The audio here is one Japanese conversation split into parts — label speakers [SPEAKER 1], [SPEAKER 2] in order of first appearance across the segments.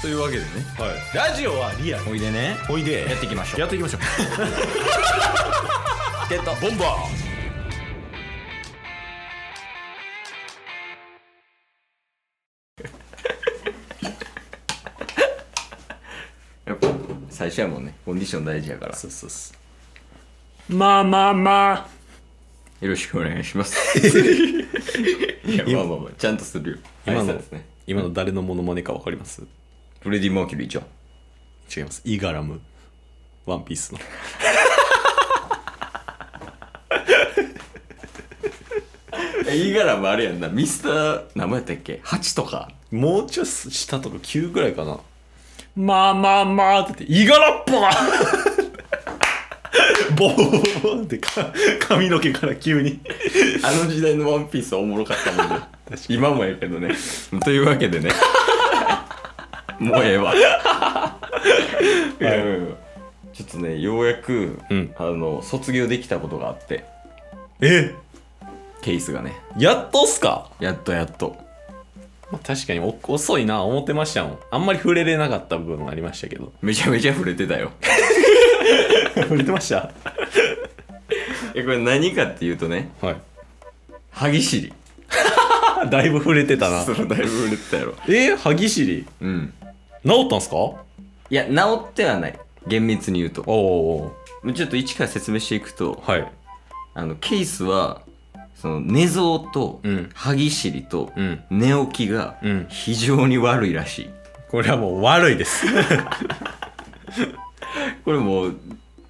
[SPEAKER 1] というわけでね
[SPEAKER 2] はい、ラジオはリアル
[SPEAKER 1] おいでね
[SPEAKER 2] おいで
[SPEAKER 1] やっていきましょう
[SPEAKER 2] やっていきましょう
[SPEAKER 1] ゲット
[SPEAKER 2] ボンバ
[SPEAKER 1] やっぱ最初やもんねコンディション大事やから
[SPEAKER 2] ーそうそう
[SPEAKER 3] まあまあまあ。
[SPEAKER 1] よろしくお願いします いやまあまあまあちゃんとするよ
[SPEAKER 2] 今
[SPEAKER 1] 挨
[SPEAKER 2] の
[SPEAKER 1] 拶ね
[SPEAKER 2] 今の誰のモノマネかわかります
[SPEAKER 1] フレディ・マーキュリーじゃん
[SPEAKER 2] 違いますイガラムワンピースの
[SPEAKER 1] いいからもあれやんなミスター名前やったっけ8とか
[SPEAKER 2] もうちょい下とか9ぐらいかな
[SPEAKER 3] まあまあまあって
[SPEAKER 2] ってイガラッパー ボーボーボーってか髪の毛から急に
[SPEAKER 1] あの時代のワンピースはおもろかったもんね今もやけどねというわけでね もうええ わいやいやいやちょっとねようやく、
[SPEAKER 2] うん
[SPEAKER 1] あの卒業できたことがあって
[SPEAKER 2] え
[SPEAKER 1] ケースがね
[SPEAKER 2] やっとっすか、
[SPEAKER 1] やっとやっと
[SPEAKER 2] まあ、確かにお遅いな思ってましたもんあんまり触れれなかった部分ありましたけど
[SPEAKER 1] めちゃめちゃ触れてた よ
[SPEAKER 2] 触れてました
[SPEAKER 1] いやこれ何かっていうとね
[SPEAKER 2] はい
[SPEAKER 1] 歯ぎしり
[SPEAKER 2] あだいぶ触れてたな
[SPEAKER 1] それだいぶ触れてたやろ
[SPEAKER 2] えー、歯ぎしり
[SPEAKER 1] うん
[SPEAKER 2] 治ったんすかお
[SPEAKER 1] いや治ってはない厳密に言うと
[SPEAKER 2] お
[SPEAKER 1] ちょっと一から説明していくと
[SPEAKER 2] はい
[SPEAKER 1] あのケースはその寝相と
[SPEAKER 2] うん
[SPEAKER 1] 歯ぎしりと
[SPEAKER 2] うん
[SPEAKER 1] 寝起きが
[SPEAKER 2] うん
[SPEAKER 1] 非常に悪いらしい、
[SPEAKER 2] これはもう悪いです
[SPEAKER 1] これもう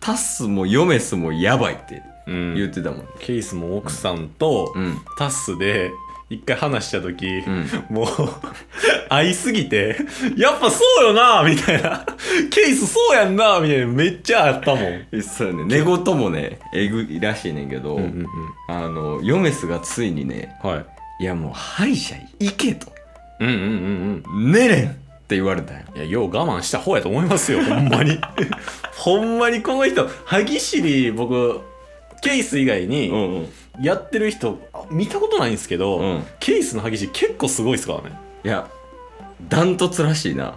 [SPEAKER 1] タスもヨメスもやばいって
[SPEAKER 2] うん
[SPEAKER 1] 言ってたもん
[SPEAKER 2] ケースも奥さんと
[SPEAKER 1] うん
[SPEAKER 2] タッスで一回話した時、
[SPEAKER 1] ん
[SPEAKER 2] もう会いすぎてやっぱそうよなみたいなケースそうやんなみたいなめっちゃあったもん、
[SPEAKER 1] えそうやね寝言もねえぐいらしいねんけど、あのヨメスがついにね
[SPEAKER 2] はい
[SPEAKER 1] いやもう歯医者行けと
[SPEAKER 2] うんうんうん
[SPEAKER 1] 寝れんって言われたよ
[SPEAKER 2] うんいやよう我慢した方やと思いますよほんまに ほんまにこの人歯ぎしり僕ケース以外に
[SPEAKER 1] んうん
[SPEAKER 2] やってる人、あ見たことないんですけど、
[SPEAKER 1] うん
[SPEAKER 2] ケースの歯ぎしり結構すごいですからね
[SPEAKER 1] いやダントツらしいな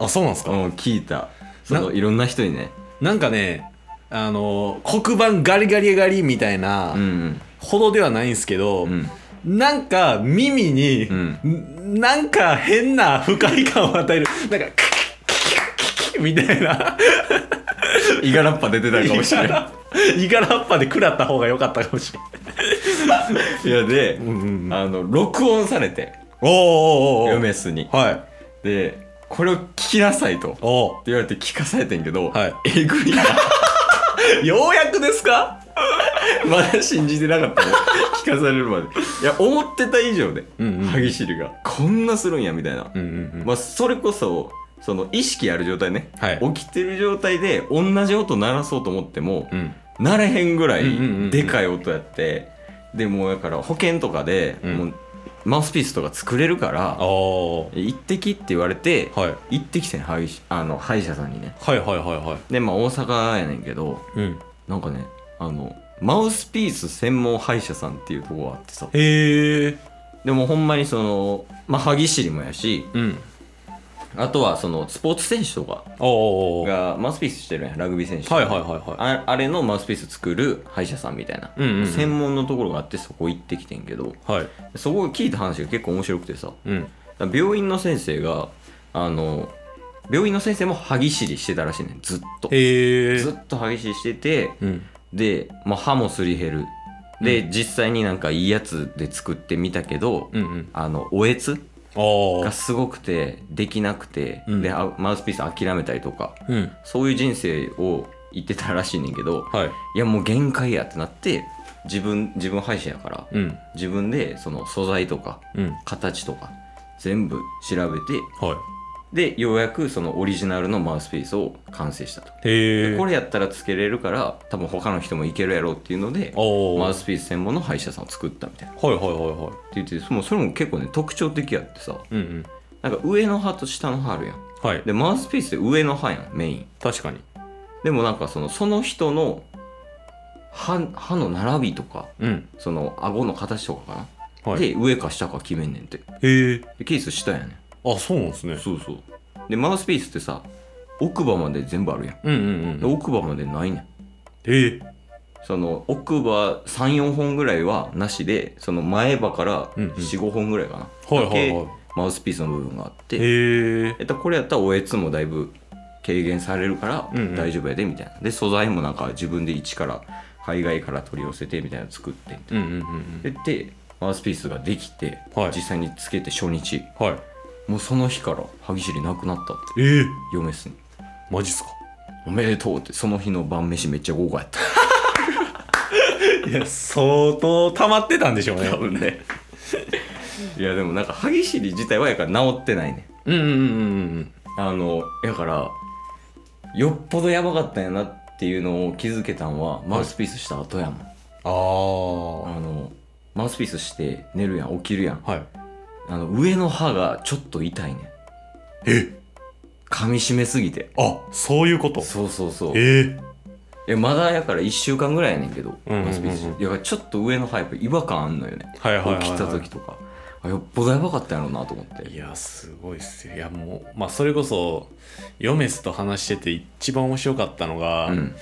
[SPEAKER 2] あそうなんです
[SPEAKER 1] う
[SPEAKER 2] か、
[SPEAKER 1] ん聞いたその
[SPEAKER 2] ない
[SPEAKER 1] ろんな人にね
[SPEAKER 2] なんかねあの黒板ガリガリガリみたいな、
[SPEAKER 1] うん
[SPEAKER 2] ほどではないんですけど、
[SPEAKER 1] うんうん
[SPEAKER 2] なんか耳に、
[SPEAKER 1] うん
[SPEAKER 2] んなんか変な不快感を与えるなんかキキキキキキみたいな
[SPEAKER 1] イガラッパ出てたかもし れない
[SPEAKER 2] イガラッパで食らった方が良かったかもしれない
[SPEAKER 1] やで、
[SPEAKER 2] い、うん
[SPEAKER 1] あの録音されて
[SPEAKER 2] おーおーおー
[SPEAKER 1] ヨメスに
[SPEAKER 2] はい
[SPEAKER 1] でこれを聞きなさいとって
[SPEAKER 2] おー
[SPEAKER 1] 言われて聞かされてんけど、
[SPEAKER 2] はい
[SPEAKER 1] えぐいな
[SPEAKER 2] ようやくですか
[SPEAKER 1] まだ信じてなかったの 聞かされるまでいや思ってた以上で、
[SPEAKER 2] うんうん
[SPEAKER 1] 歯ぎしりがこんなするんやみたいな、
[SPEAKER 2] うんうん
[SPEAKER 1] まあそれこそその意識ある状態ね、
[SPEAKER 2] はい
[SPEAKER 1] 起きてる状態で同じ音鳴らそうと思っても、
[SPEAKER 2] うん
[SPEAKER 1] なれへんぐら
[SPEAKER 2] うんうんうんう
[SPEAKER 1] い
[SPEAKER 2] ん
[SPEAKER 1] でかい音やって、でもうだから保険とかで、
[SPEAKER 2] うん
[SPEAKER 1] もうマウスピースとか作れるから
[SPEAKER 2] おー
[SPEAKER 1] 行ってきって言われて、
[SPEAKER 2] はい
[SPEAKER 1] 行ってきてん歯医者あの歯医者さんにね
[SPEAKER 2] はいはいはいはい
[SPEAKER 1] でまあ大阪やねんけど
[SPEAKER 2] うん
[SPEAKER 1] なんかねあのマウスピース専門歯医者さんっていうとこがあってさ
[SPEAKER 2] へえ
[SPEAKER 1] でもほんまにその、まあ、歯ぎしりもやし
[SPEAKER 2] うん
[SPEAKER 1] あとはそのスポーツ選手とか
[SPEAKER 2] おーおーおー
[SPEAKER 1] がマウスピースしてるやんラグビー選手
[SPEAKER 2] はいはいはいはい
[SPEAKER 1] ああれのマウスピース作る歯医者さんみたいな、
[SPEAKER 2] うんうんうん
[SPEAKER 1] 専門のところがあってそこ行ってきてんけど
[SPEAKER 2] はい
[SPEAKER 1] そこ聞いた話が結構面白くてさ
[SPEAKER 2] うん
[SPEAKER 1] 病院の先生があの病院の先生も歯ぎしりしてたらしいねんずっと
[SPEAKER 2] へえ
[SPEAKER 1] ずっと歯ぎしりしてて
[SPEAKER 2] うん
[SPEAKER 1] で、まあ、歯もすり減るで、実際になんかいいやつで作ってみたけど、
[SPEAKER 2] うんうん
[SPEAKER 1] あのおえつ
[SPEAKER 2] お
[SPEAKER 1] が
[SPEAKER 2] ー
[SPEAKER 1] すごくてできなくて、
[SPEAKER 2] うん
[SPEAKER 1] であマウスピース諦めたりとか
[SPEAKER 2] うん
[SPEAKER 1] そういう人生を言ってたらしいねんけど
[SPEAKER 2] はい
[SPEAKER 1] いやもう限界やってなって自分自分歯医者やから、
[SPEAKER 2] うん
[SPEAKER 1] 自分でその素材とか
[SPEAKER 2] うん
[SPEAKER 1] 形とか全部調べて
[SPEAKER 2] はい
[SPEAKER 1] でようやくそのオリジナルのマウスピースを完成したと。
[SPEAKER 2] へえ。
[SPEAKER 1] これやったらつけれるから多分他の人もいけるやろうっていうので
[SPEAKER 2] おー
[SPEAKER 1] マウスピース専門の歯医者さんを作ったみたいなって
[SPEAKER 2] はいはいはいはい。
[SPEAKER 1] 言っててもうそれも結構ね特徴的やってさ
[SPEAKER 2] うんうん。
[SPEAKER 1] なんか上の歯と下の歯あるやん
[SPEAKER 2] はい。
[SPEAKER 1] でマウスピースって上の歯やんメイン
[SPEAKER 2] 確かに。
[SPEAKER 1] でもなんかそのその人の歯歯の並びとか
[SPEAKER 2] うん。
[SPEAKER 1] その顎の形とかかな、
[SPEAKER 2] はい。
[SPEAKER 1] で上か下か決めんねんて
[SPEAKER 2] へえ。
[SPEAKER 1] でケース下やねん
[SPEAKER 2] あ、そうなんですね。
[SPEAKER 1] そうそうでマウスピースってさ奥歯まで全部あるやん
[SPEAKER 2] うんうん
[SPEAKER 1] で
[SPEAKER 2] うん
[SPEAKER 1] 奥歯までないねん
[SPEAKER 2] え
[SPEAKER 1] その奥歯34本ぐらいはなしでその前歯から
[SPEAKER 2] うんうん
[SPEAKER 1] 45本ぐらいかな、
[SPEAKER 2] はいはいはい
[SPEAKER 1] だけマウスピースの部分があって、
[SPEAKER 2] へえ
[SPEAKER 1] えっと、これやったらおえつもだいぶ軽減されるから
[SPEAKER 2] うんうん
[SPEAKER 1] 大丈夫やでみたいな、で素材もなんか自分で一から海外から取り寄せてみたいなの作ってみたい
[SPEAKER 2] うんうんうんうん
[SPEAKER 1] なでマウスピースができて、
[SPEAKER 2] はい
[SPEAKER 1] 実際につけて初日
[SPEAKER 2] はい
[SPEAKER 1] もうその日から歯ぎしりなくなったって
[SPEAKER 2] ええ
[SPEAKER 1] 嫁っすね
[SPEAKER 2] マジっすか
[SPEAKER 1] おめでとうってその日の晩飯めっちゃ豪華やった
[SPEAKER 2] いや相当溜まってたんでしょうね
[SPEAKER 1] 多分ねいやでもなんか歯ぎしり自体はやから治ってないね
[SPEAKER 2] うんうんうんうん
[SPEAKER 1] あのやからよっぽどやばかったんやなっていうのを気づけたんはマウスピースした後やもん、
[SPEAKER 2] ああは
[SPEAKER 1] あのマウスピースして寝るやん起きるやん
[SPEAKER 2] い
[SPEAKER 1] あの上の歯がちょっと痛いねん
[SPEAKER 2] え
[SPEAKER 1] 噛み締めすぎて
[SPEAKER 2] あそういうこと
[SPEAKER 1] そうそうそう
[SPEAKER 2] ええ
[SPEAKER 1] いやまだやから1週間ぐらいやねんけど
[SPEAKER 2] うんうんうん
[SPEAKER 1] マ
[SPEAKER 2] うん
[SPEAKER 1] ウスピースいやちょっと上の歯やっぱ違和感あんのよね
[SPEAKER 2] はいはいはいはい
[SPEAKER 1] 起きた時とかあよっぽどやばかったんやろうなと思って
[SPEAKER 2] いやすごいっすよいやもうまあそれこそヨメスと話してて一番面白かったのが、
[SPEAKER 1] うん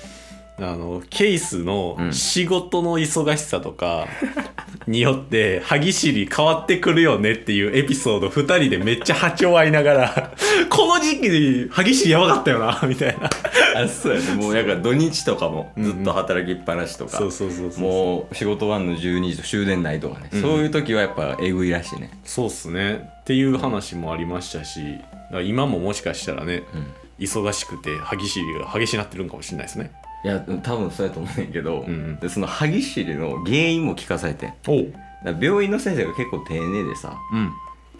[SPEAKER 2] あのケイスの
[SPEAKER 1] うん
[SPEAKER 2] 仕事の忙しさとか によって歯ぎしり変わってくるよねっていうエピソード2人でめっちゃ波長合いながら この時期に歯ぎしりやばかったよなみたいな
[SPEAKER 1] あそうやねもうやから土日とかもずっと働きっぱなしとか
[SPEAKER 2] そうそうそうそう
[SPEAKER 1] もう仕事終わんの12時と終電ないとかね、
[SPEAKER 2] うん
[SPEAKER 1] そういう時はやっぱえぐいらしいね
[SPEAKER 2] そうっすねっていう話もありましたしだから今ももしかしたらね、
[SPEAKER 1] ん
[SPEAKER 2] 忙しくて歯ぎしりが激しなってるんかもしれないですね
[SPEAKER 1] いや多分そうやと思うねんけど、
[SPEAKER 2] んうん
[SPEAKER 1] でその歯ぎしりの原因も聞かされてんだか
[SPEAKER 2] おう
[SPEAKER 1] ら病院の先生が結構丁寧でさ
[SPEAKER 2] うん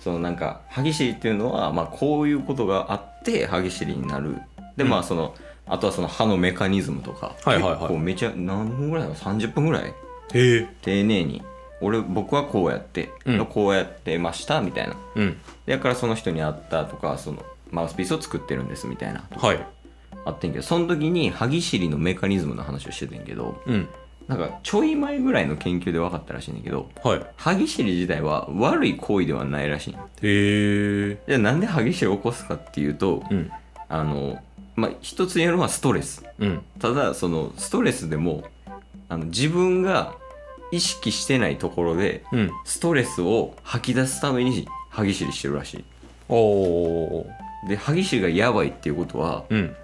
[SPEAKER 1] そのなんか歯ぎしりっていうのは、まあ、こういうことがあって歯ぎしりになるで、まあそのあとはその歯のメカニズムとか、
[SPEAKER 2] はいはいはい
[SPEAKER 1] 結構めちゃ何分ぐらいの30分ぐらい
[SPEAKER 2] へえ
[SPEAKER 1] 丁寧に俺僕はこうやって、
[SPEAKER 2] うん
[SPEAKER 1] こうやってましたみたいな
[SPEAKER 2] うん
[SPEAKER 1] だからその人に会ったとかそのマウスピースを作ってるんですみたいな
[SPEAKER 2] はい
[SPEAKER 1] あってんけどその時に歯ぎしりのメカニズムの話をしててんけど
[SPEAKER 2] うん
[SPEAKER 1] なんかちょい前ぐらいの研究で分かったらしいねんだけど
[SPEAKER 2] はい
[SPEAKER 1] 歯ぎしり自体は悪い行為ではないらしい
[SPEAKER 2] へえ
[SPEAKER 1] じゃあなんで歯ぎしりを起こすかっていうと、
[SPEAKER 2] うん
[SPEAKER 1] あのまあ一つ言えるのはストレス
[SPEAKER 2] うん
[SPEAKER 1] ただそのストレスでもあの自分が意識してないところで
[SPEAKER 2] うん
[SPEAKER 1] ストレスを吐き出すために歯ぎしりしてるらし
[SPEAKER 2] おお
[SPEAKER 1] いで歯ぎしりがやばいっていうことは
[SPEAKER 2] うん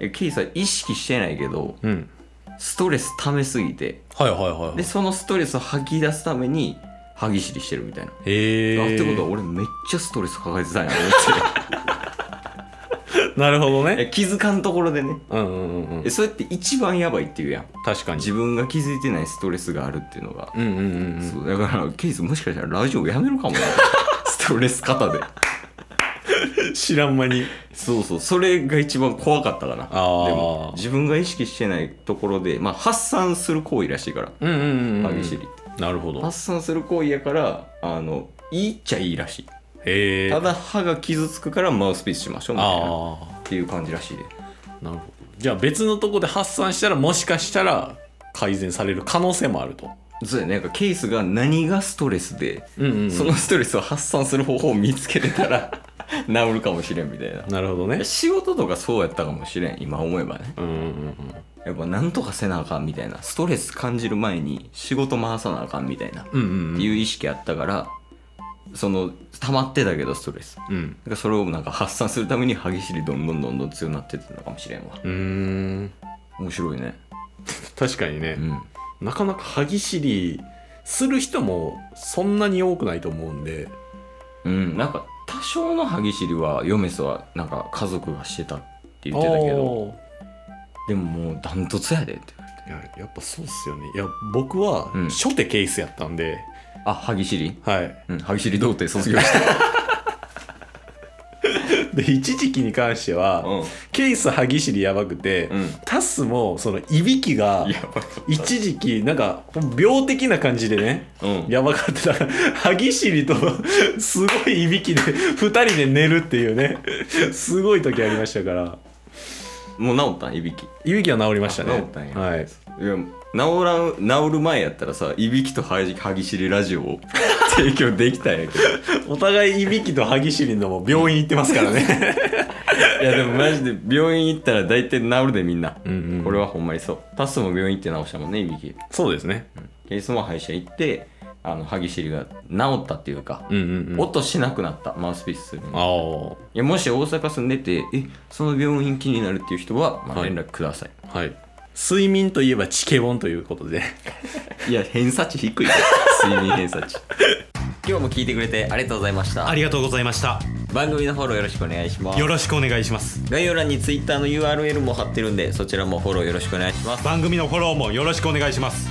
[SPEAKER 1] えケイさん意識してないけど
[SPEAKER 2] うん
[SPEAKER 1] ストレス溜めすぎて
[SPEAKER 2] はいはいはいはい
[SPEAKER 1] でそのストレスを吐き出すために歯ぎしりしてるみたいな、
[SPEAKER 2] へえ
[SPEAKER 1] あってことは俺めっちゃストレス抱えてたんやと思
[SPEAKER 2] なるほど
[SPEAKER 1] って
[SPEAKER 2] ね
[SPEAKER 1] え気づかんところでね
[SPEAKER 2] うんうんうんうん
[SPEAKER 1] えそれって一番やばいっていうやん
[SPEAKER 2] 確かに
[SPEAKER 1] 自分が気づいてないストレスがあるっていうのが、
[SPEAKER 2] うんうんうんうん
[SPEAKER 1] そうだからケイスもしかしたらラジオやめるかも なストレス型で
[SPEAKER 2] 知らん間に
[SPEAKER 1] そうそうそれが一番怖かったかな
[SPEAKER 2] あー
[SPEAKER 1] でも自分が意識してないところで、まあ、発散する行為らしいから
[SPEAKER 2] うんうん
[SPEAKER 1] 歯ぎしりって、
[SPEAKER 2] なるほど
[SPEAKER 1] 発散する行為やからあのいいっちゃいいらしい
[SPEAKER 2] へえ
[SPEAKER 1] ただ歯が傷つくからマウスピースしましょうみたいなっ
[SPEAKER 2] ああ
[SPEAKER 1] ていう感じらしいで
[SPEAKER 2] なるほどじゃあ別のとこで発散したらもしかしたら改善される可能性もあると
[SPEAKER 1] そうやねなんかケースが何がストレスで、
[SPEAKER 2] うんうん、
[SPEAKER 1] そのストレスを発散する方法を見つけてたら 治るかもしれんみたいな
[SPEAKER 2] なるほどね
[SPEAKER 1] 仕事とかそうやったかもしれん今思えばね
[SPEAKER 2] うんうんうん
[SPEAKER 1] やっぱなんとかせなあかんみたいなストレス感じる前に仕事回さなあかんみたいなっ
[SPEAKER 2] うんうん
[SPEAKER 1] ていう意識あったからその溜まってたけどストレスだか
[SPEAKER 2] うん
[SPEAKER 1] らそれをなんか発散するために歯ぎしりどんどんどんどん強くなってったのかもしれんわ
[SPEAKER 2] うーん
[SPEAKER 1] 面白いね
[SPEAKER 2] 確かにね、
[SPEAKER 1] うん
[SPEAKER 2] なかなか歯ぎしりする人もそんなに多くないと思うんで
[SPEAKER 1] うん、なんか多少の歯ぎしりはヨメスはなんか家族がしてたって言ってたけど
[SPEAKER 2] おー
[SPEAKER 1] でももうダントツやでって言われて
[SPEAKER 2] いややっぱそうっすよねいや僕は
[SPEAKER 1] うん
[SPEAKER 2] 初手ケースやったんで、
[SPEAKER 1] あ歯ぎしり
[SPEAKER 2] はい
[SPEAKER 1] うん歯ぎしり童貞卒業した、
[SPEAKER 2] で一時期に関しては、
[SPEAKER 1] うん
[SPEAKER 2] ケース歯ぎしりやばくて、
[SPEAKER 1] うん、
[SPEAKER 2] タスもそのいびきが
[SPEAKER 1] やばい
[SPEAKER 2] 一時期なんかほん病的な感じでね
[SPEAKER 1] うん
[SPEAKER 2] やばかった だから歯ぎしりとすごいいびきで2人で寝るっていうねすごい時ありましたから
[SPEAKER 1] もう治ったんいびき
[SPEAKER 2] いびきは治りました
[SPEAKER 1] あ
[SPEAKER 2] ね
[SPEAKER 1] 治ったんや
[SPEAKER 2] はい
[SPEAKER 1] いや治らん治る前やったらさいびきとはぎ歯ぎしりラジオを提供できたんやけど
[SPEAKER 2] お互いいびきと歯ぎしりのも病院行ってますからね
[SPEAKER 1] いやでもマジで病院行ったら大体治るでみんな
[SPEAKER 2] うんうん
[SPEAKER 1] これはほんまにそうタスも病院行って治したもんねいびき
[SPEAKER 2] そうですね
[SPEAKER 1] ケイスも歯医者行ってあの歯ぎしりが治ったっていうか、
[SPEAKER 2] うんうんうん
[SPEAKER 1] 音しなくなったマウスピースするのにい
[SPEAKER 2] ああ
[SPEAKER 1] やもし大阪住んでてえその病院気になるっていう人は、まあ、
[SPEAKER 2] はい
[SPEAKER 1] 連絡ください、
[SPEAKER 2] はい。睡眠といえばチケボンということで。
[SPEAKER 1] い、や偏差値低いよ 睡眠偏差値今日も聞いてくれてありがとうございました
[SPEAKER 2] りがとうございました。
[SPEAKER 1] 番組のフォローよろしくお願いします
[SPEAKER 2] ろしくお願いします。
[SPEAKER 1] 概要欄に Twitter の URL も貼ってるんでそちらもフォローよろしくお願いします
[SPEAKER 2] 番組のフォローもよろしくお願いします。